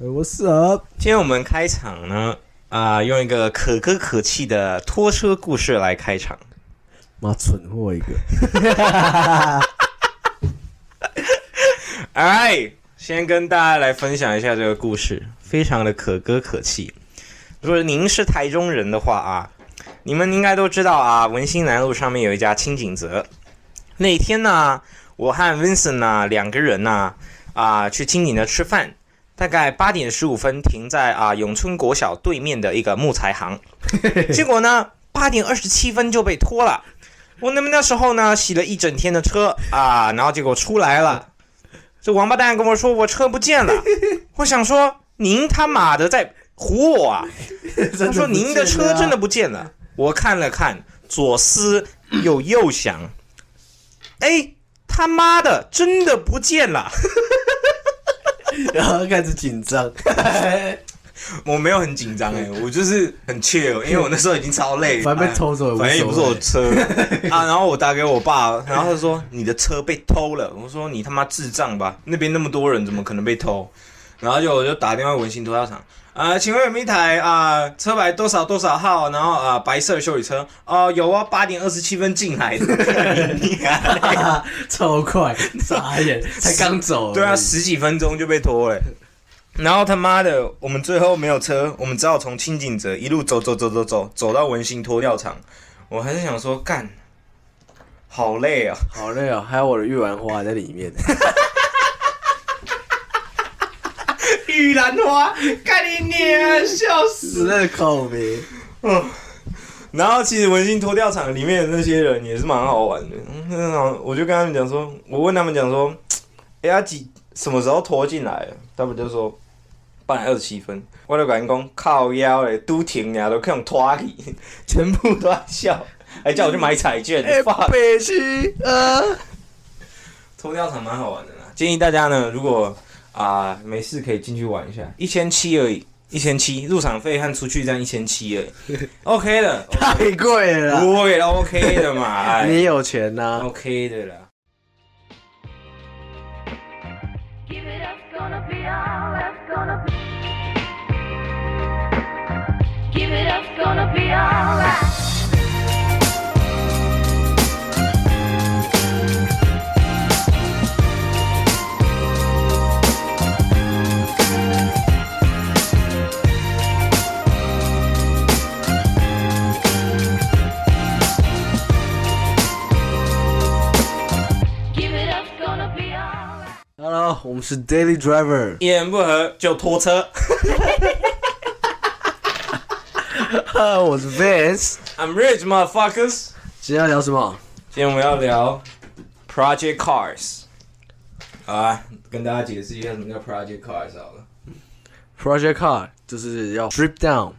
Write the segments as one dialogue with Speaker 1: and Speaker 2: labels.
Speaker 1: 呃，我是尔，
Speaker 2: 今天我们开场呢，啊、用一个可歌可泣的拖车故事来开场。
Speaker 1: 妈蠢货 一个。
Speaker 2: 哎，先跟大家来分享一下这个故事，非常的可歌可泣。如果您是台中人的话啊，你们应该都知道啊，文心南路上面有一家清景泽。那天呢，我和 Vincent 呢两个人呢啊、去清景泽吃饭，大概八点十五分停在啊、永春国小对面的一个木材行，结果呢八点二十七分就被拖了。我那么那时候呢洗了一整天的车啊、然后结果出来了。这王八蛋跟我说我车不 见了，我想说您他妈的在唬我 啊！他说您的车真的不见 了。我看了看，左思右右想，哎，他妈的真的不见了！
Speaker 1: 然后开始紧张，
Speaker 2: 我没有很紧张哎、我就是很 chill，因为我那时候已经超 累，哎
Speaker 1: 反正被偷走也无所谓
Speaker 2: 反正也不是我车 啊。然后我打给我爸，然后他说你的车被偷了，我说你他妈智障吧，那边那么多人怎么可能被偷？然后就我就打电话文心拖车厂，啊，请问有没有一台啊、车牌多少多少号，然后啊、白色修理车？哦、有啊，八点二十七分进来的。 你啊
Speaker 1: 超快，傻 眼，才刚走而已。
Speaker 2: 对啊，十几分钟就被拖了。然后他妈的，我们最后没有车，我们只好从清景泽一路走走走走走走到文心脱掉厂。我还是想说，干，好累啊！
Speaker 1: 好累哦，还有我的玉兰花在里面。
Speaker 2: 玉兰花，干你娘，笑死！
Speaker 1: 死了口没，
Speaker 2: 然后其实文心脱掉厂里面的那些人也是蛮好玩的，嗯，好我就跟他们讲说，我问他们讲说，哎呀几什么时候拖进来的？他们就说八点二十七分，我就跟讲靠腰嘞，都停呀，都看拖去， 全部都在笑，还叫我去买彩券，发
Speaker 1: 北区啊，
Speaker 2: 脱掉厂蛮好玩的啦，建议大家呢，如果啊、没事可以进去玩一下，一千七而已。一千七，入场费和出去站一千七而已，OK 的，
Speaker 1: 太贵了啦。
Speaker 2: 不会的，OK 的嘛，哎
Speaker 1: 你有钱呐、
Speaker 2: OK 的啦。
Speaker 3: Give it up, gonna be all that's gonna be. Give it up, gonna be all that. Give it up, gonna be all that.
Speaker 1: Hello，我们是 Daily Driver。
Speaker 2: 一言不合就拖车。
Speaker 1: 哈， 我是 Vance。
Speaker 2: I'm rich motherfuckers。
Speaker 1: 今天要聊什么？
Speaker 2: 今天我们要聊 Project Cars。好啊，跟大家解释一下什么叫 Project Cars 好了。
Speaker 1: Project Car 就是要 strip down，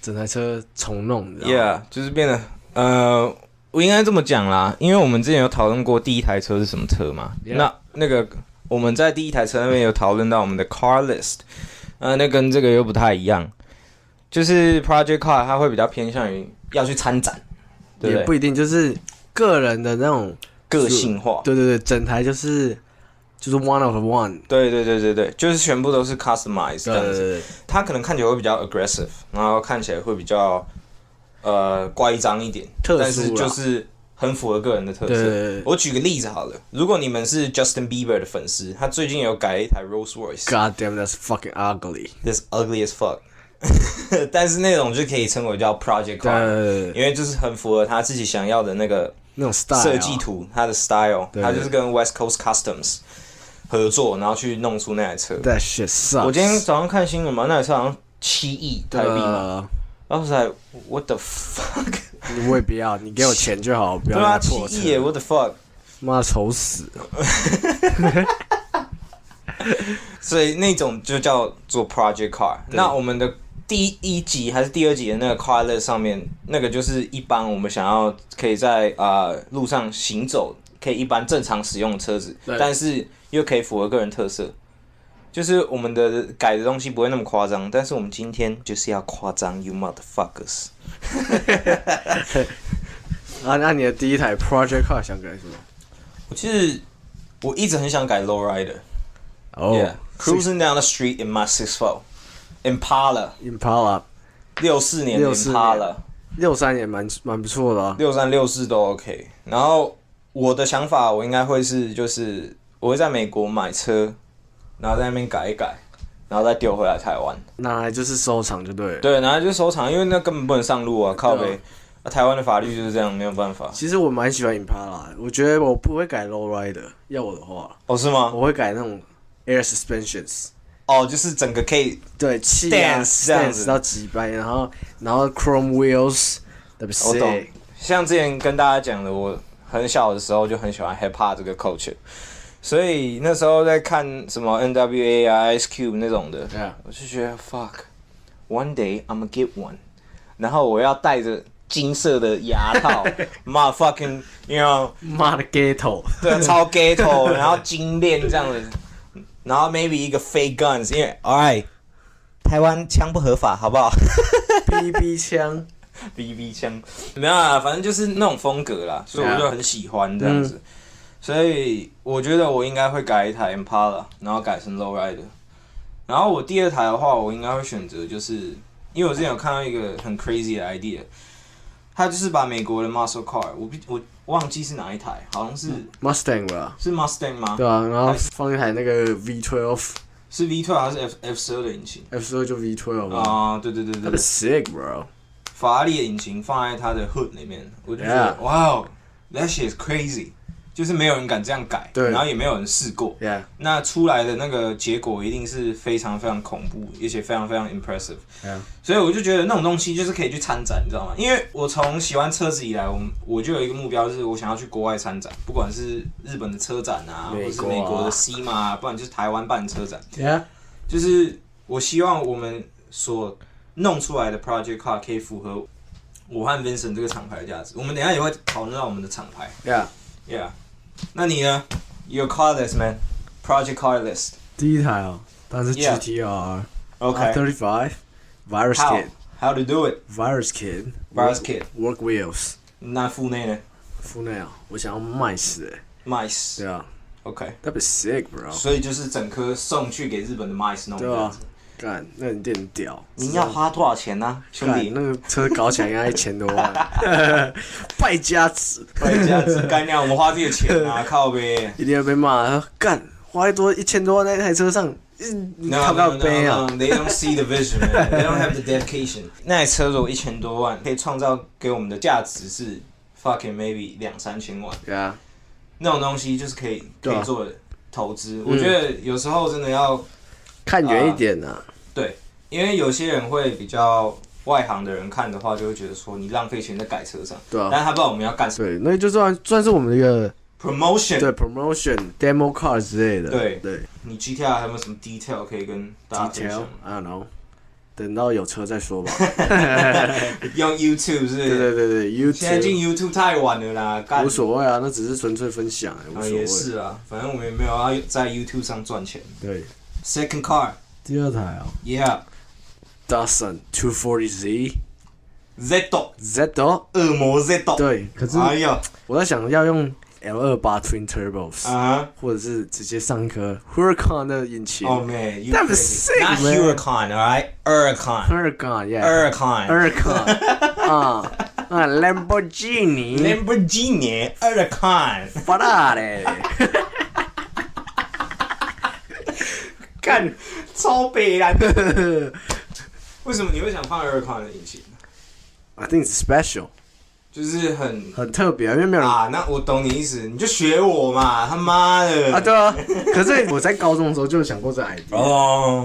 Speaker 1: 整台车重弄，你知道吗
Speaker 2: Yeah，就是变得呃，我应该这么讲啦，因为我们之前有讨论过第一台车是什么车嘛。
Speaker 1: Yeah
Speaker 2: 那那个我们在第一台车那边有讨论到我们的 Car List，呃，那跟这个又不太一样，就是 Project Car 它会比较偏向于要去参展，对
Speaker 1: 也
Speaker 2: 不
Speaker 1: 不
Speaker 2: 对？
Speaker 1: 一定，就是个人的那种，
Speaker 2: 个性化，
Speaker 1: 对对对，整台就是就是 one of one，呃
Speaker 2: 对对对对对，就是全部都是 customize 这
Speaker 1: 对
Speaker 2: 样
Speaker 1: 对
Speaker 2: 子。
Speaker 1: 对，
Speaker 2: 它可能看起来会比较 aggressive，然后看起来会比较呃乖张一点，
Speaker 1: 特殊啦
Speaker 2: 但是就是很符合个人的特
Speaker 1: 对对
Speaker 2: 色。
Speaker 1: 对对
Speaker 2: 我举个例子好了，如果你们是 Justin Bieber 的粉丝，他最近有改一台 Rolls Royce，this
Speaker 1: God damn that's fucking ugly，
Speaker 2: ugly as fuck，但是那种就可以称为叫 project
Speaker 1: 对
Speaker 2: car，
Speaker 1: 对对对，
Speaker 2: 因为就是很符合他自己想要的那个
Speaker 1: 那种 style 啊
Speaker 2: 设计，图，他的 style，
Speaker 1: 对
Speaker 2: 他就是跟 West Coast Customs 合作，然后去弄出那台车。
Speaker 1: ，that shit sucks。
Speaker 2: 我今天早上看新闻嘛，那台车好像七亿台币嘛，
Speaker 1: 呃，
Speaker 2: 然后才 what the fuck，
Speaker 1: 我也不要，呃你给我钱就好，不
Speaker 2: 对
Speaker 1: 要
Speaker 2: 啊，
Speaker 1: 那
Speaker 2: 七
Speaker 1: 破
Speaker 2: 亿耶
Speaker 1: 车，
Speaker 2: what the fuck，
Speaker 1: 妈丑死了，
Speaker 2: 所以那种就叫做 project car。那我们的第一集还是第二集的那个 car list 上面，那个就是一般我们想要可以在啊、呃路上行走，可以一般正常使用的车子，
Speaker 1: 对
Speaker 2: 但是又可以符合个人特色。就是我们的改的东西不会那么夸张，但是我们今天就是要夸张，you motherfuckers。
Speaker 1: 啊，那你的第一台 Project Car 想改什么？
Speaker 2: 我其实我一直很想改 low rider，
Speaker 1: 哦
Speaker 2: Yeah， cruising down the street in my six four Impala
Speaker 1: Impala
Speaker 2: 六四年的
Speaker 1: 64
Speaker 2: Impala
Speaker 1: 六三也蛮蛮不错的、啊，
Speaker 2: 六三六四都 OK。然后我的想法，我应该会是就是我会在美国买车，然后在那边改一改，然后再丢回来台湾。
Speaker 1: 拿来就是收藏就对了。
Speaker 2: 对，然后就收藏，因为那根本不能上路啊，靠
Speaker 1: 对
Speaker 2: 北
Speaker 1: 啊。
Speaker 2: 那、台湾的法律就是这样，没有办法。
Speaker 1: 其实我蛮喜欢 Impala，的我觉得我不会改 low rider，要我的话，
Speaker 2: 哦，是吗？
Speaker 1: 我会改那种 air suspensions，
Speaker 2: 哦，就是整个可以
Speaker 1: 对，气啊
Speaker 2: Stance 这样子
Speaker 1: stance 到几百，然后然后 chrome wheels，对不
Speaker 2: 我懂
Speaker 1: 对？
Speaker 2: 像之前跟大家讲的，我很小的时候就很喜欢 hip hop 这个 culture，所以那时候在看什么 N.W.A. 啊、Ice Cube 那种的
Speaker 1: Yeah
Speaker 2: 我就觉得 fuck，one day I'm gonna get one，然后我要戴着金色的牙 套，motherfucking，you know。
Speaker 1: 妈的 ghetto，
Speaker 2: 对，超 ghetto，然后金链这样子，然后 maybe 一个 fake guns，因为 alright，台湾枪不合法，好不好
Speaker 1: BB 枪，
Speaker 2: ？BB 枪，没有啊，反正就是那种风格啦，所以我就很喜欢这样子。所以我觉得我应该会改一台 Impala，然后改成 Lowrider。然后我第二台的话，我应该会选择就是，因为我之前有看到一个很 crazy 的 idea，他就是把美国的 muscle car，我不我忘记是哪一台，好像是
Speaker 1: Mustang 吧，
Speaker 2: 是 Mustang 吗？
Speaker 1: 嗯对啊，然后放一台那个 V12
Speaker 2: 是 V 2还是 F F 十二的引擎？
Speaker 1: F 2就 V12 嘛，
Speaker 2: 啊、对对对
Speaker 1: 它的
Speaker 2: 对对，
Speaker 1: sick bro，
Speaker 2: 法拉利的引擎放在它的 hood 里面，我就觉
Speaker 1: Yeah
Speaker 2: 得哇哦 that shit is crazy，就是没有人敢这样改，
Speaker 1: 对
Speaker 2: 然后也没有人试过，
Speaker 1: yeah
Speaker 2: 那出来的那个结果一定是非常非常恐怖，而且非常非常 impressive，
Speaker 1: yeah，
Speaker 2: 所以我就觉得那种东西就是可以去参展，你知道吗？因为我从喜欢车子以来，我我就有一个目标，就是我想要去国外参展，不管是日本的车展啊，
Speaker 1: 美国啊
Speaker 2: 或是美国的 CMA，、啊、不然就是台湾办的车展。
Speaker 1: yeah
Speaker 2: 就是我希望我们所弄出来的 project car 可以符合我和 Vincent 这个厂牌的价值。我们等一下也会讨论到我们的厂牌
Speaker 1: yeah，
Speaker 2: ，Yeah。那你呢？Your car list, man. Project car list.
Speaker 1: 第一台哦，它是
Speaker 2: Yeah
Speaker 1: GTR
Speaker 2: Okay.
Speaker 1: R35 Virus
Speaker 2: How?
Speaker 1: Kid。
Speaker 2: How to do it?
Speaker 1: Virus Kid。
Speaker 2: Virus Kid
Speaker 1: Work Wheels。
Speaker 2: 那腹内呢
Speaker 1: 腹内啊，我想要卖死、欸。对
Speaker 2: ？Mice.
Speaker 1: 啊
Speaker 2: OK.
Speaker 1: ，That'd be sick, bro。
Speaker 2: 所以就是整颗送去给日本的 Mice 弄
Speaker 1: 对
Speaker 2: 的
Speaker 1: 啊。干，那你店屌。
Speaker 2: 你要花多少钱呢，兄
Speaker 1: 干
Speaker 2: 弟
Speaker 1: 那？个车搞起来应该一千多 万，败家子，
Speaker 2: 回家只干掉我们花自己的 钱啊，靠呗。
Speaker 1: 一定要被骂。干，花一多一千多万在那台车上，嗯你
Speaker 2: No,
Speaker 1: 靠不靠
Speaker 2: no,
Speaker 1: 背
Speaker 2: no,
Speaker 1: 啊
Speaker 2: no. They don't see the vision. Man. They don't have the dedication. 那台车如果一千多万，可以创造给我们的价值是 fucking maybe 两三千万，
Speaker 1: 对啊，
Speaker 2: 那种东西就是可以可
Speaker 1: 对啊
Speaker 2: 以做投资。我觉得有时候真的要
Speaker 1: 看远一点啊呐。
Speaker 2: 对，因为有些人会比较外行的人看的话，就会觉得说你浪费钱在改车上，
Speaker 1: 对啊
Speaker 2: 但是他不知道我们要干什么
Speaker 1: 对，那就算算是我们的一个
Speaker 2: promotion。
Speaker 1: 对 promotion demo car 之类的。
Speaker 2: 对
Speaker 1: 对
Speaker 2: 你 GTR 还有没有什么 detail 可以跟大家分享
Speaker 1: ，detail I don't know，等到有车再说吧。
Speaker 2: 用 YouTube 是不是？
Speaker 1: 对对对对
Speaker 2: 现在进
Speaker 1: ，YouTube
Speaker 2: YouTube 太晚了啦，干
Speaker 1: 无所谓啊，那只是纯粹分享、欸，无
Speaker 2: 啊，
Speaker 1: 所谓。
Speaker 2: 也是啊，反正我们也没有要在 YouTube 上赚钱。
Speaker 1: 对，
Speaker 2: Second car,
Speaker 1: 第二台啊
Speaker 2: yeah,
Speaker 1: ，Datsun 240Z
Speaker 2: Zeto，
Speaker 1: Zeto，
Speaker 2: 恶魔 Zeto。
Speaker 1: 哦对，可是
Speaker 2: 哎呀，
Speaker 1: 我在想要用 L 二八 Twin Turbos，、
Speaker 2: 啊
Speaker 1: 或者是直接上一颗 Huracan 的引擎。
Speaker 2: ，Oh man, you
Speaker 1: That was
Speaker 2: crazy.
Speaker 1: sick,
Speaker 2: Not
Speaker 1: man.
Speaker 2: Huracan, alright, Huracan,
Speaker 1: Huracan yeah。
Speaker 2: Huracan,
Speaker 1: Huracan 啊啊，Lamborghini
Speaker 2: Lamborghini, Huracan。
Speaker 1: Ferrari，
Speaker 2: 干，超北蓝。 为什么你会想放 Huracan 的引擎？
Speaker 1: I think it's special，
Speaker 2: 就是很
Speaker 1: 很特别啊，因为没有人
Speaker 2: 啊，那我懂你意思，你就学我嘛，他妈的
Speaker 1: 啊，对啊。可是我在高中的时候就有想过这 idea，、
Speaker 2: 哦。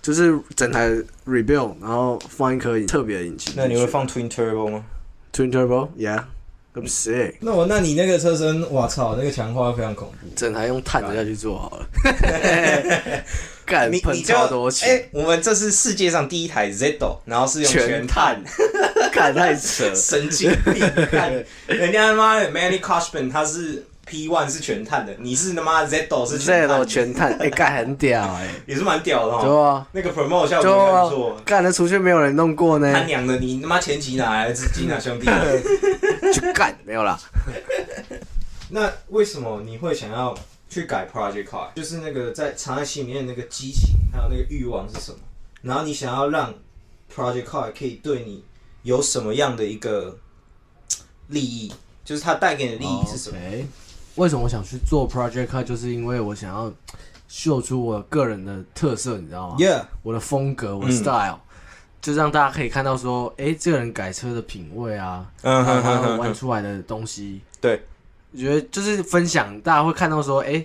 Speaker 1: 就是整台 rebuild，然后放一颗特别的引擎。
Speaker 2: 那你会放 Twin Turbo 吗？
Speaker 1: Twin Turbo？Yeah，I'm sick。
Speaker 2: 那我那你那个车身，我操，那个强化非常恐怖。
Speaker 1: 整台用碳的下去做好了， 干
Speaker 2: 你
Speaker 1: 喷
Speaker 2: 你就
Speaker 1: 超多
Speaker 2: 哎、
Speaker 1: 钱，
Speaker 2: 我们这是世界上第一台 Zeto，然后是用全碳，，哎
Speaker 1: 干太扯了。
Speaker 2: 神经 病！看人家他妈的 Manny Cushman 他是 P One 是全碳的，你是他妈 Zeto 是全
Speaker 1: 这
Speaker 2: 碳
Speaker 1: 都
Speaker 2: 的，
Speaker 1: 全 碳，哎，干很屌哎，
Speaker 2: 也是蛮屌的
Speaker 1: 对
Speaker 2: 哦。
Speaker 1: 啊，
Speaker 2: 那个 promo 效
Speaker 1: 对
Speaker 2: 果还不
Speaker 1: 啊
Speaker 2: 错，。
Speaker 1: 干的出去没有人弄过呢
Speaker 2: 他，娘的，你他妈前几哪来的资金 啊，兄弟？
Speaker 1: 就干没有啦。
Speaker 2: 那为什么你会想要
Speaker 4: 去改 Project Car，就是那个在《长安西》里面那个激情还有那个欲望是什么，然后你想要让 Project Car 可以对你有什么样的一个嘖利益，就是它带给你的利
Speaker 2: 哦
Speaker 4: 益是什么？
Speaker 1: OK，为什么我想去做 Project Car，就是因为我想要秀出我个人的特色，你知道吗
Speaker 4: Yeah，
Speaker 1: 我的风格，
Speaker 2: 嗯
Speaker 1: 我的 style，、就让大家可以看到说，哎、这个人改车的品味 啊，
Speaker 2: 嗯
Speaker 1: 还有
Speaker 2: 哼哼
Speaker 1: 他
Speaker 2: 哼
Speaker 1: 玩
Speaker 2: 哼，
Speaker 1: 出来的东西。
Speaker 2: 对，
Speaker 1: 我觉得就是分享，大家会看到说，哎、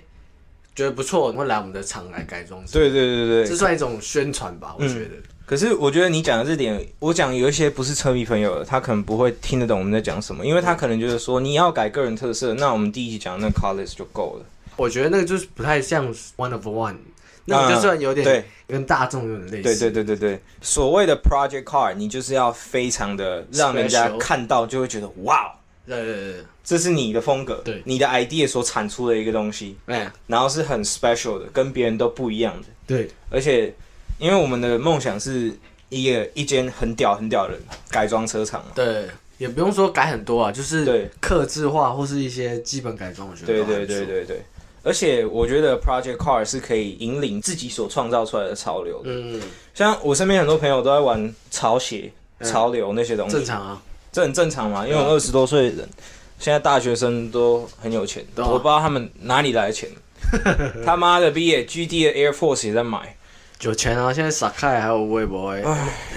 Speaker 1: 觉得不错，会来我们的厂来改装车。
Speaker 2: 对对对嗯
Speaker 1: 这
Speaker 2: 对。
Speaker 1: 算一种宣传吧，我觉得。
Speaker 2: 可是我觉得你讲的这点，我讲有一些不是车迷朋友的，他可能不会听得懂我们在讲什么，因为他可能觉得说你要改个人特色，那我们第一集讲那 Colors 就够了。
Speaker 1: 我觉得那个就是不太像 one of one，那种就算有点
Speaker 2: 嗯对
Speaker 1: 跟大众有点类似。
Speaker 2: 对对对对对，所谓的 Project Car，你就是要非常的让人家
Speaker 1: Special
Speaker 2: 看到就会觉得哇，哦
Speaker 1: 对对对对，
Speaker 2: 这是你的风格，
Speaker 1: 对
Speaker 2: 你的 idea 所产出的一个东西，
Speaker 1: 哎，
Speaker 2: 然后是很 special 的，跟别人都不一样的。
Speaker 1: 对，
Speaker 2: 而且，因为我们的梦想是一个一间很屌很屌的改装车厂嘛，
Speaker 1: 对，也不用说改很多啊，就是
Speaker 2: 对
Speaker 1: 克制化或是一些基本改装，我觉得
Speaker 2: 对
Speaker 1: 都还
Speaker 2: 对
Speaker 1: 不错
Speaker 2: 对，对对。而且我觉得 Project Car 是可以引领自己所创造出来的潮流的。
Speaker 1: 嗯，
Speaker 2: 像我身边很多朋友都在玩潮鞋、
Speaker 1: 嗯
Speaker 2: 潮流那些东西，
Speaker 1: 正常啊，
Speaker 2: 这很正常嘛，因为我二十多岁的人，现在大学生都很有钱，
Speaker 1: 对啊
Speaker 2: 我不知道他们哪里来的 钱。他妈的，毕业 G D 的 Air Force 也在买
Speaker 1: 有钱啊，现在傻开还有微博哎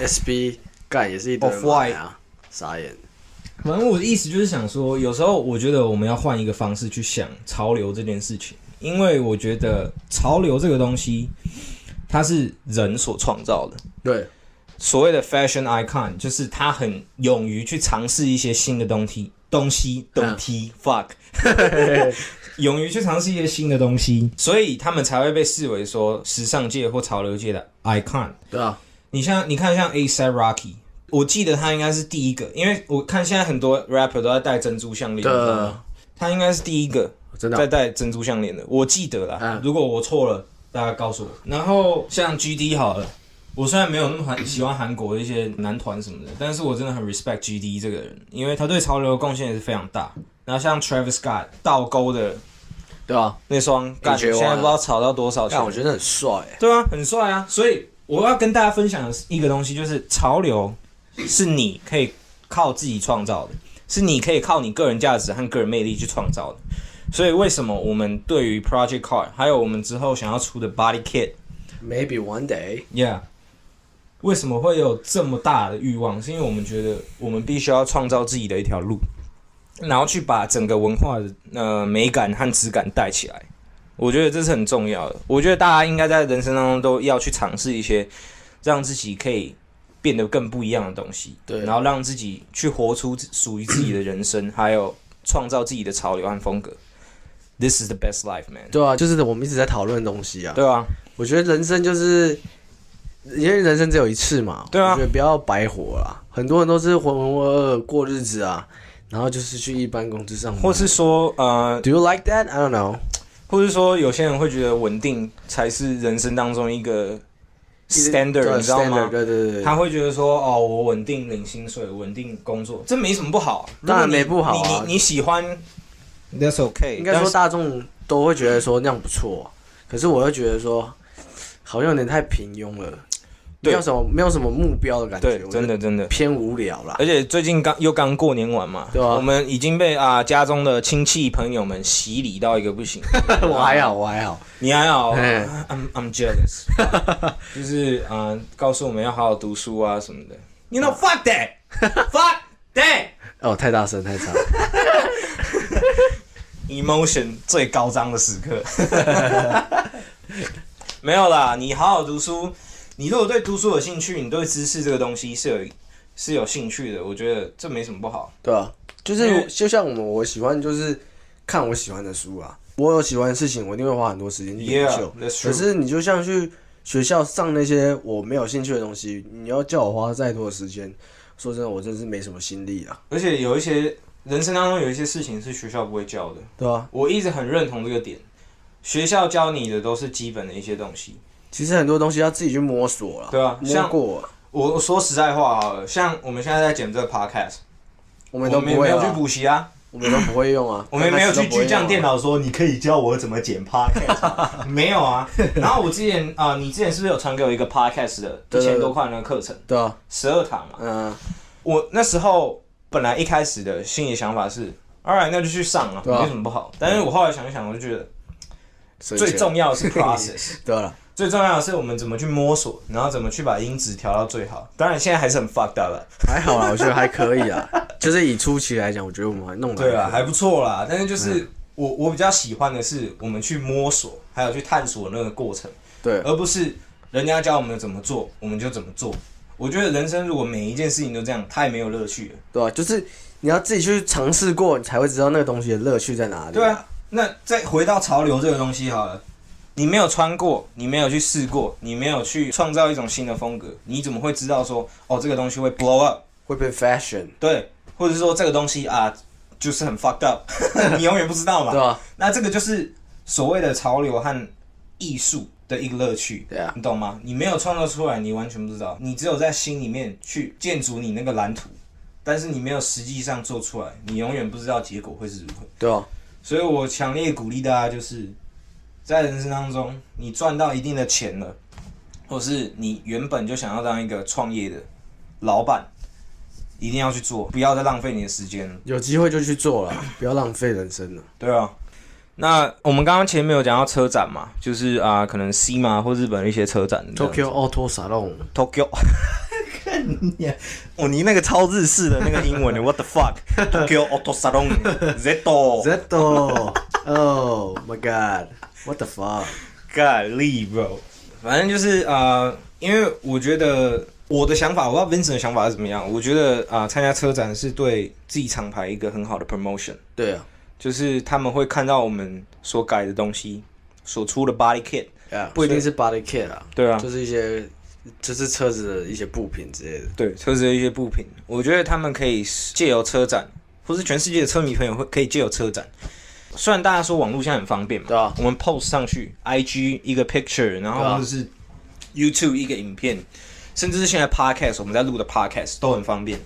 Speaker 1: ，SB 盖也是一堆人
Speaker 4: Off-white
Speaker 1: 买啊，傻眼，
Speaker 2: 反正我的意思就是想说，有时候我觉得我们要换一个方式去想潮流这件事情，因为我觉得潮流这个东西，它是人所创造的。
Speaker 1: 对，
Speaker 2: 所谓的 fashion icon，就是他很勇于去尝试一些新的东西，东西，东西、f u c k 勇于去尝试一些新的东西，所以他们才会被视为说时尚界或潮流界的 icon。
Speaker 1: 对啊，
Speaker 2: 你像，你看像 A s a Rocky，我记得他应该是第一个，因为我看现在很多 rapper 都在戴珍珠项链，你知道
Speaker 1: 对
Speaker 2: 吗，他应该是第一个，
Speaker 1: 真的
Speaker 2: 在
Speaker 1: 啊
Speaker 2: 戴珍珠项链的，我记得啦。
Speaker 1: 嗯
Speaker 2: 如果我错了，大家告诉我。然后像 GD 好了，我虽然没有那么韩喜欢韩国的一些男团什么的，但是我真的很 respect GD 这个人，因为他对潮流的贡献也是非常大。然后像 Travis Scott 倒钩的
Speaker 1: 对啊，
Speaker 2: 那双，干
Speaker 1: AJ1
Speaker 2: 现在不知道炒到多少钱
Speaker 1: 但。我觉得很帅欸，
Speaker 2: 对啊，很帅啊。所以我要跟大家分享的一个东西，就是潮流是你可以靠自己创造的，是你可以靠你个人价值和个人魅力去创造的。所以为什么我们对于 Project Car，还有我们之后想要出的 Body Kit，Yeah，
Speaker 1: ，Maybe one day，
Speaker 2: 为什么会有这么大的欲望？是因为我们觉得我们必须要创造自己的一条路，然后去把整个文化的呃美感和质感带起来。我觉得这是很重要的。我觉得大家应该在人生当中都要去尝试一些让自己可以变得更不一样的东西，
Speaker 1: 对
Speaker 2: 然后让自己去活出属于自己的人 生，还有创造自己的潮流和风格。This is the best life, man。
Speaker 1: 对啊，就是我们一直在讨论的东西啊，
Speaker 2: 对啊，
Speaker 1: 我觉得人生就是，因为人生只有一次嘛，
Speaker 2: 对啊
Speaker 1: 我觉得不要白活啦。很多人都是浑浑噩噩过日子啊，然后就是去一般公司上班。
Speaker 2: 或是说呃，
Speaker 1: Do you like that? I don't know。
Speaker 2: 或是说有些人会觉得稳定才是人生当中一个 standard，
Speaker 1: 对
Speaker 2: 你知道
Speaker 1: standard，
Speaker 2: 吗？
Speaker 1: 对对对
Speaker 2: 他
Speaker 1: 对，
Speaker 2: 会觉得说，哦，我稳定领薪水，稳定工作，这没什么不好。如果
Speaker 1: 当然
Speaker 2: 你
Speaker 1: 没不好啊
Speaker 2: 你你你喜欢，That's OK
Speaker 1: 应
Speaker 2: 但
Speaker 1: 该说
Speaker 2: 是
Speaker 1: 大众都会觉得说那样不错、啊可是我又觉得说好像有点太平庸了，没
Speaker 2: 对
Speaker 1: 有什么没有什么目标的感觉，
Speaker 2: 对，
Speaker 1: 我觉
Speaker 2: 真
Speaker 1: 得
Speaker 2: 的真的。
Speaker 1: 偏无聊啦。
Speaker 2: 而且最近刚又刚过年完嘛，
Speaker 1: 对啊
Speaker 2: 我们已经被啊、家中的亲戚朋友们洗礼到一个不行。
Speaker 1: 我还
Speaker 2: 哎
Speaker 1: 好，我还好。
Speaker 2: 你还好
Speaker 1: 哎
Speaker 2: ，I'm I'm jealous，就是啊、呃告诉我们要好好读书啊什么的。You know fuck that，fuck that。
Speaker 1: 哦，太大声， 太吵。
Speaker 2: emotion 最高涨的时刻。没有啦，你好好读书，你如果对读书有兴趣，你对知识这个东西是有是有兴趣的，我觉得这没什么不好。
Speaker 1: 对啊，就
Speaker 2: 因
Speaker 1: 是
Speaker 2: 为
Speaker 1: 就像我们，我喜欢就是看我喜欢的书啊，我有喜欢的事情，我一定会花很多时间去研
Speaker 2: Yeah,
Speaker 1: 究。
Speaker 2: that's
Speaker 1: 可
Speaker 2: true.
Speaker 1: 是你就像去学校上那些我没有兴趣的东西，你要叫我花再多的时间，说真的，我真是没什么心力啊。
Speaker 2: 而且有一些人生当中有一些事情是学校不会教的，
Speaker 1: 对啊，
Speaker 2: 我一直很认同这个点。学校教你的都是基本的一些东西，
Speaker 1: 其实很多东西要自己去摸索了。
Speaker 2: 对啊
Speaker 1: 摸
Speaker 2: 像
Speaker 1: 过啊，
Speaker 2: 我我说实在话好了，像我们现在在剪这个 podcast，
Speaker 1: 我
Speaker 2: 我
Speaker 1: 们都
Speaker 2: 没
Speaker 1: 不
Speaker 2: 有
Speaker 1: 会
Speaker 2: 没有去
Speaker 1: 啊。
Speaker 2: 补习啊，
Speaker 1: 我们都不会用啊，
Speaker 2: 我们没有去巨匠电
Speaker 1: 脑，
Speaker 2: 脑说你可以教我怎么剪 podcast，吗 没有啊。然后我之前啊、你之前是不是有传给我一个 podcast 的一
Speaker 1: 对对
Speaker 2: 千多块那个课程，
Speaker 1: 对啊，
Speaker 2: 十二堂嘛？
Speaker 1: 嗯，
Speaker 2: 我那时候本来一开始的心里想法是，alright，那就去上啊，
Speaker 1: 对啊
Speaker 2: 没什么不好。但是我后来想一想，我就觉得
Speaker 1: 省
Speaker 2: 最
Speaker 1: 钱
Speaker 2: 重要 的是 process，
Speaker 1: 对啊了，
Speaker 2: 最重要的是我们怎么去摸索，然后怎么去把音质调到最好。当然现在还是很 fucked up 啊了，
Speaker 1: 还好啦，我觉得还可以啊， 就是以初期来讲，嗯我觉得我们还弄得
Speaker 2: 对啊，
Speaker 1: 可以
Speaker 2: 还不错啦。但是就是、我我比较喜欢的是我们去摸索，还有去探索那个过程。
Speaker 1: 对，
Speaker 2: 而不是人家教我们怎么做，我们就怎么做。我觉得人生如果每一件事情都这样，太没有乐趣了。
Speaker 1: 对啊，就是你要自己去尝试过，你才会知道那个东西的乐趣在哪里。
Speaker 2: 对啊，那再回到潮流这个东西好了，你没有穿过，你没有去试过，你没有去创造一种新的风格，你怎么会知道说哦这个东西会 blow up？
Speaker 1: 会被 fashion，
Speaker 2: 对，或者是说这个东西啊就是很 fucked up，你 永远不知道嘛。
Speaker 1: 对啊，
Speaker 2: 那这个就是所谓的潮流和艺术的一个乐趣，
Speaker 1: 对啊
Speaker 2: 你懂吗？你没有创造出来，你完全不知道，你只有在心里面去建筑你那个蓝图，但是你没有实际上做出来，你永远不知道结果会是如何。
Speaker 1: 对啊，
Speaker 2: 所以我强烈鼓励大家，就是在人生当中，你赚到一定的钱了，或是你原本就想要当一个创业的老板，一定要去做，不要再浪费你的时间了。
Speaker 1: 有机会就去做了，不要浪费人生了。
Speaker 2: 对啊，那我们刚刚前面有讲到车展嘛，就是啊、可能西马或日本的一些车展
Speaker 1: Tokyo Auto Salon，
Speaker 2: Tokyo，看你、啊，哦，你那个超日式的那个英文 的，What the fuck？Tokyo Auto Salon Zeto
Speaker 1: Zeto。Oh my god! What the fuck?
Speaker 2: Golly bro，反正就是啊、呃因为我觉得我的想法，我不知道 Vincent 的想法是怎么样，我觉得啊、参加车展是对自己厂牌一个很好的 promotion。
Speaker 1: 对啊
Speaker 2: 就是他们会看到我们所改的东西，所出的 body kit，
Speaker 1: ，yeah, 不一定是 body kit 啊，
Speaker 2: 对啊
Speaker 1: 就是一些就是车子的一些布品之类的。
Speaker 2: 对车子的一些不平，我觉得他们可以借由车展，或是全世界的车迷朋友会可以借由车展。虽然大家说网络现在很方便嘛，
Speaker 1: 对啊
Speaker 2: 我们 post 上去，IG 一个 picture，然
Speaker 1: 对啊
Speaker 2: 后或者是 YouTube 一个影片，甚至是现在 podcast 我们在录的 podcast 都很方便。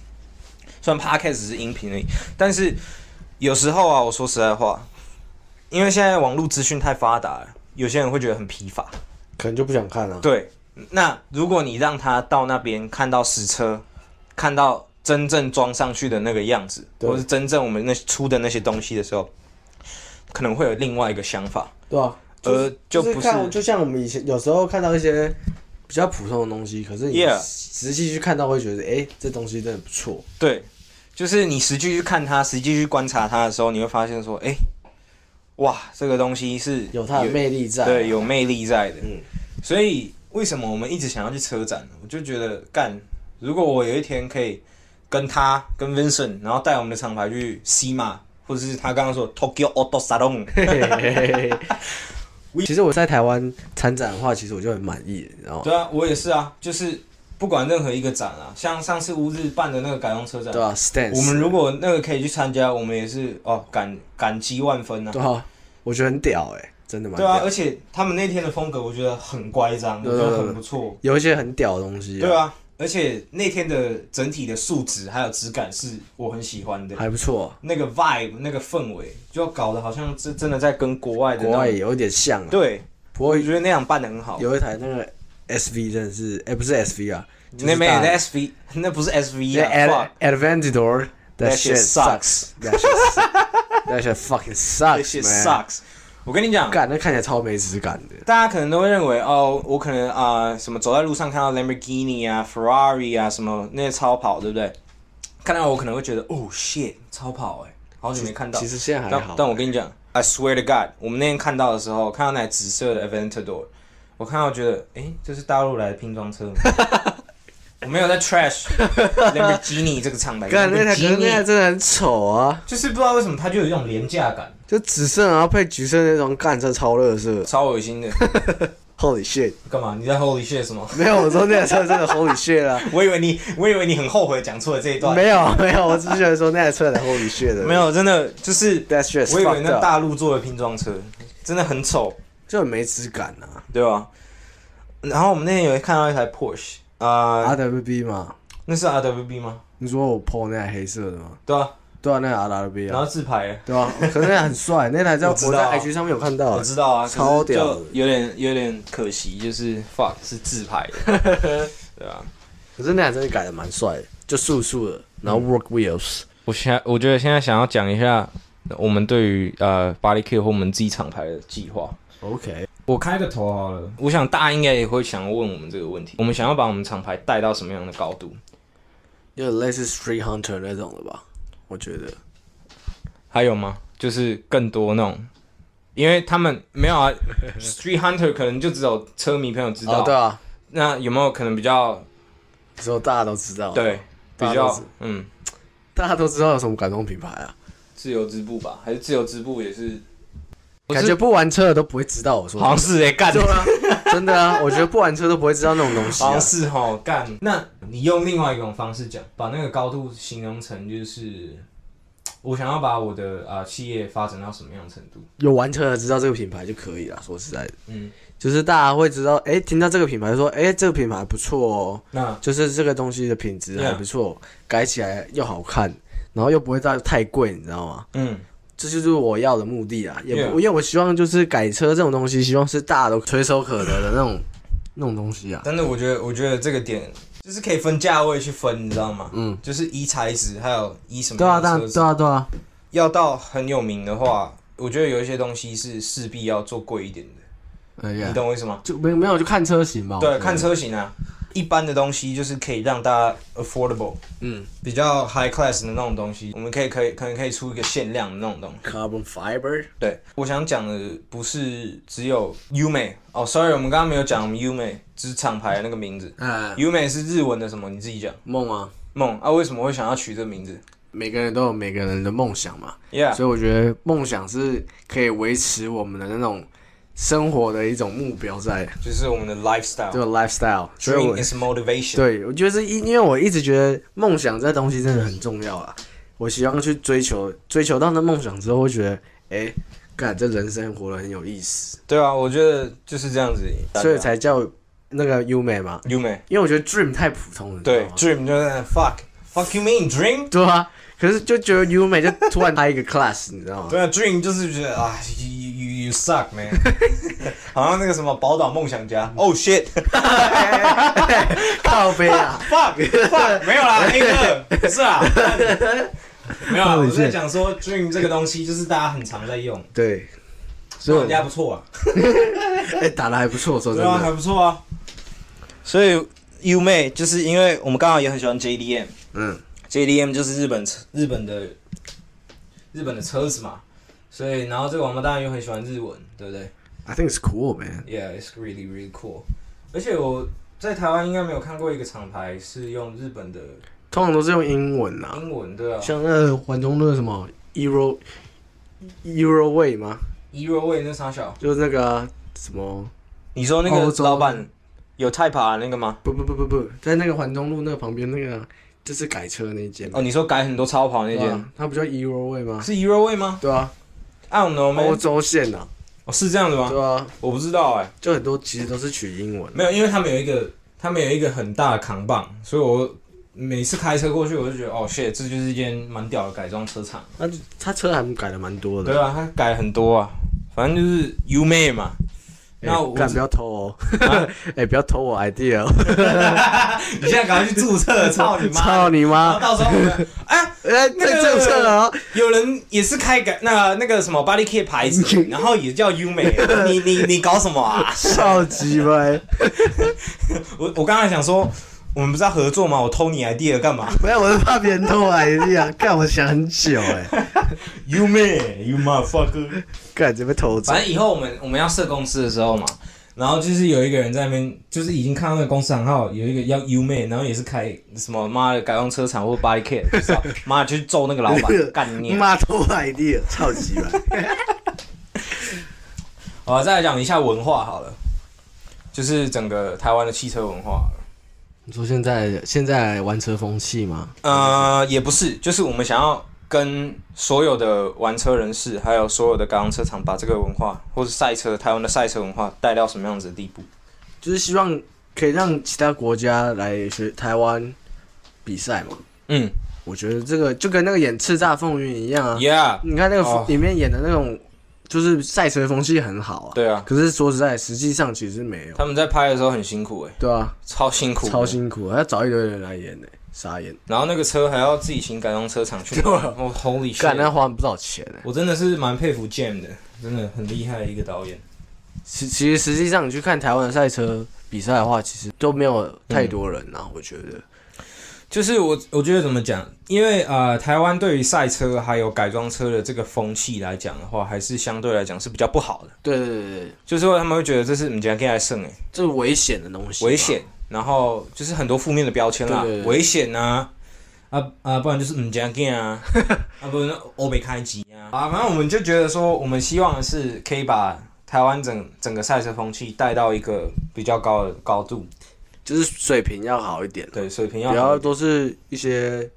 Speaker 2: 虽然 podcast 只是音频而已，但是有时候啊，我说实在话，因为现在网络资讯太发达了，有些人会觉得很疲乏。
Speaker 1: 可能就不想看了、
Speaker 2: 对，那如果你让他到那边看到实车，看到真正装上去的那个样子，
Speaker 1: 对
Speaker 2: 或是真正我们那出的那些东西的时候，可能会有另外一个想法。
Speaker 1: 对啊，
Speaker 2: 呃
Speaker 1: 就
Speaker 2: 就不是
Speaker 1: 看就像我们以前有时候看到一些比较普通的东西，可是你
Speaker 2: Yeah
Speaker 1: 实际去看到会觉得，哎、这东西真的不错。
Speaker 2: 对，就是你实际去看它，实际去观察它的时候，你会发现说，哎、哇，这个东西是
Speaker 1: 有它的魅力在啊
Speaker 2: 对，有魅力在的。
Speaker 1: 嗯
Speaker 2: 所以为什么我们一直想要去车展？我就觉得干，如果我有一天可以跟他、跟 Vincent，然后带我们的厂牌去西马，或者是他刚刚说 Tokyo Auto Salon，
Speaker 1: 其实我在台湾参展的话，其实我就很满意，然后
Speaker 2: 对啊，我也是啊，就是不管任何一个展啊，像上次乌日办的那个改装车展，
Speaker 1: 对啊，stance，
Speaker 2: 我们如果那个可以去参加，我们也是哦感感激万分啊。
Speaker 1: 对啊，我觉得很屌哎、真的蛮
Speaker 2: 对啊，
Speaker 1: 屌
Speaker 2: 而，且他们那天的风格我觉得很乖张，我
Speaker 1: 对
Speaker 2: 觉得
Speaker 1: 对
Speaker 2: 很
Speaker 1: 对
Speaker 2: 不错。
Speaker 1: 有一些很屌的东西、
Speaker 2: 对，啊，而且那天的整体的素质还有质感是我很喜欢的，
Speaker 1: 还不错啊、
Speaker 2: 那个 vibe 那个氛围就搞得好像是真的在跟国外的那
Speaker 1: 国
Speaker 2: 种
Speaker 1: 外也有点像、啊，，
Speaker 2: 对，
Speaker 1: 不
Speaker 2: 我
Speaker 1: 过
Speaker 2: 觉得那样办的很好。
Speaker 1: 有一台那个 SV 真的是，哎、不是 SV 啊，就是
Speaker 2: 那没有
Speaker 1: 大
Speaker 2: 那 SV，那不是 SV
Speaker 1: 那
Speaker 2: 啊
Speaker 1: Ad Adventador
Speaker 2: ，fuck，that
Speaker 1: that shit sucks。That shit sucks. That shit fucking
Speaker 2: ，that
Speaker 1: sucks,
Speaker 2: shit
Speaker 1: man.
Speaker 2: sucks。我跟你讲，
Speaker 1: 干，那看起来超没质感的。
Speaker 2: 大家可能都会认为哦，我可能啊、什么走在路上看到 Lamborghini 啊、Ferrari 啊什么那些超跑，对不对？看到我可能会觉得哦 shit，超跑哎、好久没看到。
Speaker 1: 其实现在还
Speaker 2: 但
Speaker 1: 好，
Speaker 2: 但我跟你讲，I swear to God，我们那天看到的时候，看到那台紫色的 Aventador，我看到觉得，诶，这是大陆来的拼 装车吗？我没有在 trash Lamborghini 这个厂牌
Speaker 1: 干那台，可是那台
Speaker 2: ，Lamborghini
Speaker 1: 真的很丑啊，
Speaker 2: 就是不知道为什么它就有一种廉价感，
Speaker 1: 就紫色然后配橘色那种，干这超乐色。
Speaker 2: 超恶心的。
Speaker 1: Holy shit！
Speaker 2: 干嘛？你在 Holy shit 什么？
Speaker 1: 没有，我说那台车真的 Holy shit 啊。
Speaker 2: 我以为你，我以为你很后悔讲出了这一段。
Speaker 1: 没有没有，我只是觉得说那台车很 Holy shit 的，
Speaker 2: 没有，真的就是，
Speaker 1: That shit is
Speaker 2: 我以为
Speaker 1: fucked
Speaker 2: 那
Speaker 1: up，
Speaker 2: 大陆做的拼装车真的很丑。
Speaker 1: 就很没质感啊。
Speaker 2: 对吧？然后我们那天有看到一台 Porsche 啊、
Speaker 1: RWB 嘛，
Speaker 2: 那是 RWB 吗？
Speaker 1: 你说我 PO 那台黑色的吗？
Speaker 2: 对啊，
Speaker 1: 对啊，那个 RWB
Speaker 2: 然
Speaker 1: 啊
Speaker 2: 后，自拍，
Speaker 1: 对啊，可是那台很帅， 那台在
Speaker 2: 我
Speaker 1: 我
Speaker 2: 知道啊
Speaker 1: 在 IG 上面有看到
Speaker 2: 我，知道啊，可是
Speaker 1: 超屌的
Speaker 2: 就有点有点可惜，就是 fuck 是自拍的， 对啊，
Speaker 1: 可是那台真的改的蛮帅的，就素素的，然后 work wheels，
Speaker 5: 我现在我觉得现在想要讲一下我们对于呃巴黎 K 和我们自己厂牌的计划。
Speaker 1: OK，
Speaker 2: 我开个头好了，
Speaker 5: 我想大家应该也会想问我们这个问题：我们想要把我们厂牌带到什么样的高度？
Speaker 1: 有点类似 Street Hunter 那种的吧，我觉得。
Speaker 5: 还有吗？就是更多那种，因为他们没有 啊，Street Hunter 可能就只有车迷朋友知道。
Speaker 1: 哦，对啊，
Speaker 5: 那有没有可能比较
Speaker 1: 之后大家都知道，，
Speaker 5: 对
Speaker 1: 大
Speaker 5: 比
Speaker 1: 家都
Speaker 5: 较
Speaker 1: 知
Speaker 5: 嗯
Speaker 1: 大家都知道有什么感动品牌啊？
Speaker 5: 自由织布吧？还是自由织布也是？我
Speaker 1: 感
Speaker 5: 是
Speaker 1: 觉不玩车的都不会知道我说什
Speaker 5: 好
Speaker 1: 么
Speaker 5: 像。是哎、干
Speaker 1: 对啊， 真的 啊，我觉得不玩车都不会知道那种东西
Speaker 5: 好
Speaker 1: 啊
Speaker 5: 像。是哈干。那你用另外一种方式讲，把那个高度形容成就是，我想要把我的啊、呃企业发展到什么样的程度？
Speaker 1: 有玩车的知道这个品牌就可以了。说实在的，
Speaker 5: 嗯，
Speaker 1: 就是大家会知道，哎、听到这个品牌说，哎、这个品牌不错哦，
Speaker 5: 那
Speaker 1: 就是这个东西的品质
Speaker 5: Yeah
Speaker 1: 还不错改起来又好看，然后又不会太太贵，你知道吗？
Speaker 5: 嗯，
Speaker 1: 这就是我要的目的啊，也不
Speaker 5: Yeah
Speaker 1: 因为我希望就是改车这种东西，希望是大家都垂手可得的那种那种东西啊。
Speaker 2: 真的，我觉得我觉得这个点就是可以分价位去分，你知道吗？
Speaker 1: 嗯，
Speaker 2: 就是依材质，还有依什么
Speaker 1: 对啊，
Speaker 2: 样
Speaker 1: 当
Speaker 2: 的车
Speaker 1: 然，
Speaker 2: 子
Speaker 1: 对啊，对啊，
Speaker 2: 要到很有名的话，我觉得有一些东西是势必要做贵一点的，
Speaker 1: 哎
Speaker 2: 你
Speaker 1: 呀，
Speaker 2: 懂我意思吗？
Speaker 1: 就没有没有就看车型嘛。我
Speaker 2: 对，
Speaker 1: 觉得
Speaker 2: 看，车型啊，一般的东西就是可以让大家 affordable，
Speaker 1: 嗯
Speaker 2: 比较 high class 的那种东西，我们可以可以可能可以出一个限量的那种东西。
Speaker 1: ，carbon fiber，
Speaker 2: 对，我想讲的不是只有 U 美哦，sorry，我们刚刚没有讲 U 美，只是厂牌的那个名字。
Speaker 1: 哎，
Speaker 2: U 美是日文的什么？你自己讲。
Speaker 1: 梦啊，
Speaker 2: 梦啊，为什么会想要取这个名字
Speaker 1: 每个人都有每个人的梦想嘛。
Speaker 2: ？Yeah，
Speaker 1: 所以我觉得梦想是可以维持我们的那种生活的一种目标在，
Speaker 2: 就是我们的 lifestyle。
Speaker 1: 这个 lifestyle。所啊以我
Speaker 2: Dream is motivation。
Speaker 1: 对我就是因因为我一直觉得梦想这东西真的很重要啊。我希望去追求，追求到那梦想之后，会觉得，哎、干这人生活得很有意思，
Speaker 2: 对啊，我觉得就是这样子，
Speaker 1: 所以才叫那个优美嘛。
Speaker 2: U 美。
Speaker 1: 因为我觉得 dream 太普通了，你知道
Speaker 2: 对
Speaker 1: 吗
Speaker 2: ，Dream 就是 fuck fuck you mean Dream。
Speaker 1: 对啊。可是就觉得优美就突然开一个 class，你知道吗？
Speaker 2: 对啊，Dream 就是觉得啊，you you you suck man，好像那个什么宝岛梦想家，Oh shit，
Speaker 1: 靠背啊，
Speaker 2: fuck fuck 没有啦，黑哥不是啊，没有啦，啊我是在讲说 dream 这个东西就是大家很常在用，
Speaker 1: 对，所
Speaker 2: 所
Speaker 1: 以
Speaker 2: 以
Speaker 1: 我
Speaker 2: 人家不错啊，
Speaker 1: 哎、打的还不错，说真
Speaker 2: 对啊，
Speaker 1: 的
Speaker 2: 还。不错啊，所以 U 妹就是因为我们刚好也很喜欢 JDM，JDM
Speaker 1: 嗯，
Speaker 2: 就是日本车日本的日本的车子嘛，所以然后这个王八蛋又很喜欢日文，对不对？
Speaker 1: I think it's cool, man.
Speaker 2: Yeah, it's really really cool。而且我在台湾应该没有看过一个厂牌是用日本的
Speaker 1: 通常都是用英文啊，
Speaker 2: 英文对啊
Speaker 1: 像那个环中那个什么 Euro Euro Way 吗？
Speaker 2: ，Euro 味那啥小。
Speaker 1: 就是那个啊、什么
Speaker 2: 你说那
Speaker 1: 欧洲
Speaker 2: 个老板有泰帕那个吗？
Speaker 1: 不不不不不，在那个环中路那个旁边那个啊就是改车那一间
Speaker 2: 哦，你说改很多超跑那
Speaker 1: 对
Speaker 2: 间
Speaker 1: 啊，它不叫 Euro Way 吗？
Speaker 2: 是 Euro 味吗
Speaker 1: 对啊，
Speaker 2: ？I don't know
Speaker 1: 欧
Speaker 2: man，
Speaker 1: 洲线啊，
Speaker 2: 哦是这样子吗？
Speaker 1: 对啊，
Speaker 2: 我不知道哎，
Speaker 1: 就很多其实都是取英文，
Speaker 2: 没有，因为他们有一个他们有一个很大的扛棒，所以我每次开车过去我就觉得哦 shit，这就是一间蛮屌的改装车厂。
Speaker 1: 它它车还改的蛮多的
Speaker 2: 对。啊，他改很多啊，反正就是 U 妹嘛。
Speaker 1: 哎
Speaker 2: 那我啊
Speaker 1: 干不要偷哦， 哎、不要偷我 idea，哦
Speaker 2: 你现在赶快去注册，操你妈！
Speaker 1: 操你
Speaker 2: 然后
Speaker 1: 妈！
Speaker 2: 到时候我们 哎，
Speaker 1: 哎、在
Speaker 2: 那个
Speaker 1: 政策啊，
Speaker 2: 有人也是开个那个那个什么 Body Kit 牌子， 然后也叫优美，你你你搞什么啊？
Speaker 1: 超级歪。
Speaker 2: 我我刚才想说，我们不是要合作吗？我偷你 idea 干嘛
Speaker 1: 没有，我是怕别人偷我 idea，干我想很久哎、
Speaker 2: ？You man, you motherfucker！
Speaker 1: 干直接被偷走
Speaker 2: 反。正以后我们我们要设公司的时候嘛，然后就是有一个人在那边，就是已经看到那个公司行号有一个叫 U 妹，然后也是开什么妈的改装车厂或 Body Kit，不 知道妈的就去揍那个老板干你啊！
Speaker 1: 妈偷我 idea，超级歪。
Speaker 2: 好，再来讲一下文化好了，就是整个台湾的汽车文化好了。
Speaker 1: 你说现在现在玩车风气吗？
Speaker 2: 呃，也不是，就是我们想要跟所有的玩车人士，还有所有的改装车厂，把这个文化或是赛车台湾的赛车文化带到什么样子的地步？
Speaker 1: 就是希望可以让其他国家来学台湾比赛嘛。
Speaker 2: 嗯，
Speaker 1: 我觉得这个就跟那个演《叱咤风云》一样啊。
Speaker 2: Yeah，
Speaker 1: 你看那个
Speaker 2: 哦
Speaker 1: 里面演的那种，就是赛车风气很好啊。
Speaker 2: 对啊
Speaker 1: 可是说实在，实际上其实没有。
Speaker 2: 他们在拍的时候很辛苦哎、
Speaker 1: 对啊，
Speaker 2: 超辛苦，
Speaker 1: 超。辛苦，还啊要找一堆人来演呢、傻眼。
Speaker 2: 然后那个车还要自己请改装车厂去 弄，哦，Holy
Speaker 1: 干，那
Speaker 2: shit！
Speaker 1: 花不少钱呢、
Speaker 4: 我真的是蛮佩服 Jam 的，真的很厉害的一个导演。
Speaker 1: 其其实实际上，你去看台湾的赛车比赛的话，其实都没有
Speaker 2: 嗯
Speaker 1: 太多人啊，我觉得。
Speaker 4: 就是我，我觉得怎么讲？
Speaker 2: 因为呃，台湾对于赛车还有改装车的这个风气来讲的话，还是相对来讲是比较不好的，
Speaker 1: 对对对对，
Speaker 2: 就是说他们会觉得这是你家给来胜哎，
Speaker 1: 这是危险的东西。
Speaker 2: 危险，，然后就是很多负面的标签啦
Speaker 1: 对对，对
Speaker 2: 危险啊，啊啊，不然就是唔加劲 啊，啊不然欧美开机啊，啊，反正我们就觉得说，我们希望的是可以把台湾整整个赛车风气带到一个比较高的高度，
Speaker 1: 就是水平要好一点啊，
Speaker 2: 对，水平要
Speaker 1: 不
Speaker 2: 好
Speaker 1: 要
Speaker 2: 一点
Speaker 1: 都是一些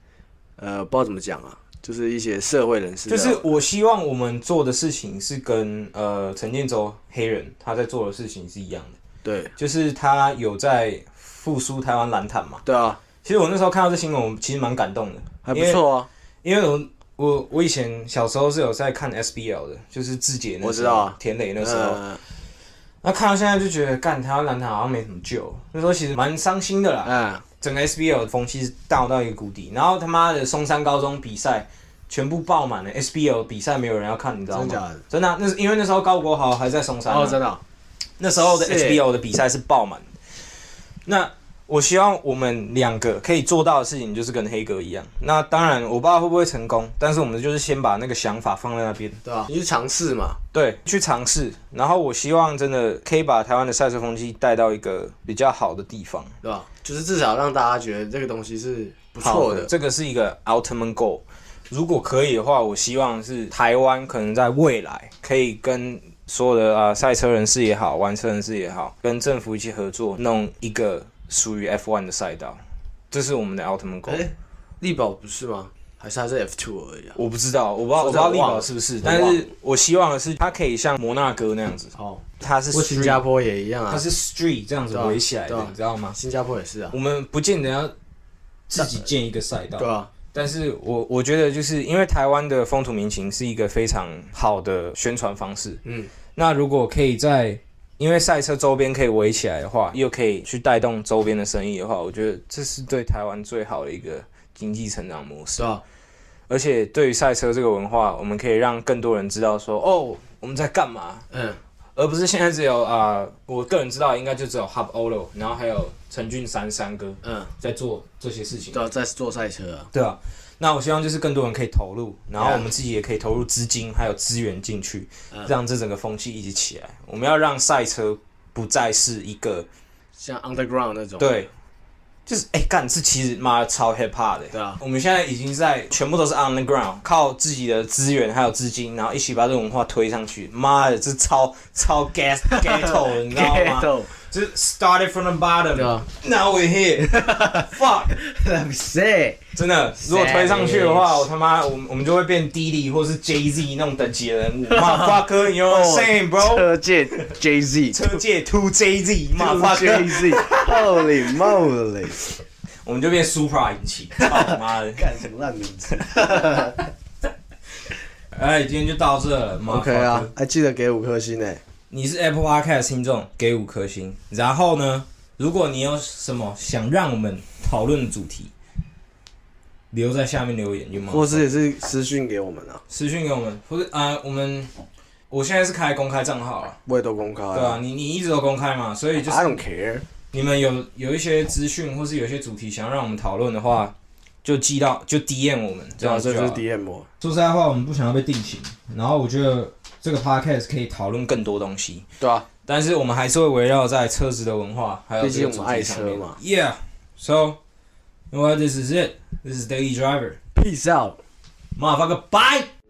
Speaker 1: 呃，不知道怎么讲啊，就是一些社会人士
Speaker 2: 就
Speaker 1: 的。
Speaker 2: 是我希望我们做的事情是跟呃陈建州黑人他在做的事情是一样的，
Speaker 1: 对
Speaker 2: 就是他有在复苏台湾篮坛嘛。
Speaker 1: 对啊，
Speaker 2: 其实我那时候看到这新闻，我其实蛮感动的，
Speaker 1: 还不错啊。
Speaker 2: 因为我我我以前小时候是有在看 SBL 的，就是志杰那时候
Speaker 1: 我知道啊
Speaker 2: 田磊那时候，
Speaker 1: 嗯
Speaker 2: 那、看到现在就觉得，干台湾篮坛好像没什么救了，那时候其实蛮伤心的啦。
Speaker 1: 嗯，
Speaker 2: 整个 SBL 的风气是到到一个谷底，然后他妈的松山高中比赛全部爆满了，SBL 比赛没有人要看，你知道吗？
Speaker 1: 真的假的
Speaker 2: 真的啊、那是因为那时候高国豪还在松山、啊，
Speaker 1: 哦，真的啊，
Speaker 2: 那时候的
Speaker 1: 是
Speaker 2: HBO 的比赛是爆满的。那我希望我们两个可以做到的事情，就是跟黑哥一样。那当然，我不知道会不会成功，但是我们就是先把那个想法放在那边，
Speaker 1: 对啊，你去尝试嘛。
Speaker 2: 对，去尝试。然后我希望真的可以把台湾的赛车风气带到一个比较好的地方，
Speaker 1: 对吧？就是至少让大家觉得这个东西是不错
Speaker 2: 好
Speaker 1: 的。
Speaker 2: 这个是一个 ultimate goal。如果可以的话，我希望是台湾可能在未来可以跟所有的啊赛、车人士也好，玩车人士也好，跟政府一起合作，弄一个属于 F1 的赛道，这是我们的 ultimate goal。
Speaker 1: 哎，力宝不是吗？还是他是 F two 而已啊？
Speaker 2: 我不知道，我不知道，
Speaker 1: 说
Speaker 2: 我不
Speaker 1: 真的
Speaker 2: 知道力
Speaker 1: 我忘
Speaker 2: 宝
Speaker 1: 了
Speaker 2: 是不是，
Speaker 1: 我
Speaker 2: 但
Speaker 1: 忘
Speaker 2: 是
Speaker 1: 了
Speaker 2: 我希望的是，它可以像摩纳哥那样子，
Speaker 1: 哦，
Speaker 2: 它是 street,
Speaker 1: 新加坡也一样啊
Speaker 2: 它，是嗯 street 这样子
Speaker 1: 对啊
Speaker 2: 围起来的，
Speaker 1: 对啊
Speaker 2: 你知道吗？
Speaker 1: 新加坡也是啊，
Speaker 2: 我们不见得要
Speaker 4: 自己建一个赛道，
Speaker 1: 对啊，
Speaker 2: 但是我我觉得，就是因为台湾的风土民情是一个非常好的宣传方式。
Speaker 1: 嗯，
Speaker 2: 那如果可以在因为赛车周边可以围起来的话，又可以去带动周边的生意的话，我觉得这是对台湾最好的一个经济成长模式
Speaker 1: 对。啊，
Speaker 2: 而且对于赛车这个文化，我们可以让更多人知道说，哦，我们在干嘛，
Speaker 1: 嗯，
Speaker 2: 而不是现在只有啊、呃我个人知道应该就只有 Hub Olo，然后还有陈俊山三哥
Speaker 1: 嗯，
Speaker 2: 在做这些事情。
Speaker 1: 对啊，在做赛车啊，
Speaker 2: 对啊，那我希望就是更多人可以投入，然后
Speaker 1: Yeah
Speaker 2: 我们自己也可以投入资金还有资源进去，
Speaker 1: 嗯
Speaker 2: 让这整个风气一起起来。我们要让赛车不再是一个
Speaker 1: 像 Underground 那种，
Speaker 2: 对，就是哎干、这其实妈的超 hip hop 的、
Speaker 1: 对啊，
Speaker 2: 我们现在已经在全部都是 on the ground，靠自己的资源还有资金，然后一起把这个文化推上去。妈的，这超超 gas ghetto，的你知道吗？
Speaker 1: Ghetto
Speaker 2: 就是 started from the
Speaker 1: 对
Speaker 2: bottom，now
Speaker 1: 啊
Speaker 2: we're here，fuck。
Speaker 1: ，Let me say，
Speaker 2: 真的，如果推上去的话，我他妈，我们我们就会变 d d 或是 Jay Z 那种等级的 人物。Motherfucker，you know what I'm saying, bro？
Speaker 1: Oh，车界 Jay Z，
Speaker 2: 车界 Two Jay Z，motherfucker，
Speaker 1: Z，Holy moly，
Speaker 2: 我们就变 Supra 引 擎。操妈的！
Speaker 1: 干什么烂名字
Speaker 2: 哎，今天就到这了。
Speaker 1: ？OK 啊，，还记得给五颗星诶，
Speaker 2: 你是 Apple Podcast 听众，给五颗星。然后呢，如果你有什么想让我们讨论的主题，留在下面留言，有吗？
Speaker 1: 或是也是私讯给我们啊，
Speaker 2: 私讯给我们，或者啊、我们我现在是开公开账号了。
Speaker 1: 我也都公开了，
Speaker 2: 对啊，你你一直都公开嘛，所以就是
Speaker 1: I don't care，
Speaker 2: 你们有有一些资讯或是有一些主题想要让我们讨论的话，就寄到就 DM 我们，这
Speaker 1: 对啊，
Speaker 2: 样
Speaker 1: 这
Speaker 2: 子
Speaker 1: 就是
Speaker 2: 好了
Speaker 1: DM 我
Speaker 2: 说实在话，我们不想要被定型，然后我觉得这个 podcast 可以讨论更多东西，
Speaker 1: 对啊，
Speaker 2: 但是我们还是会围绕在车子的文化，还有
Speaker 1: 毕竟
Speaker 2: 这个
Speaker 1: 我
Speaker 2: 主
Speaker 1: 们
Speaker 2: 题
Speaker 1: 爱
Speaker 2: 上
Speaker 1: 车
Speaker 2: 面
Speaker 1: 嘛。
Speaker 2: Yeah, so you know what? This is it. This is Daily Driver.
Speaker 1: Peace out。
Speaker 2: Motherfucker, bye.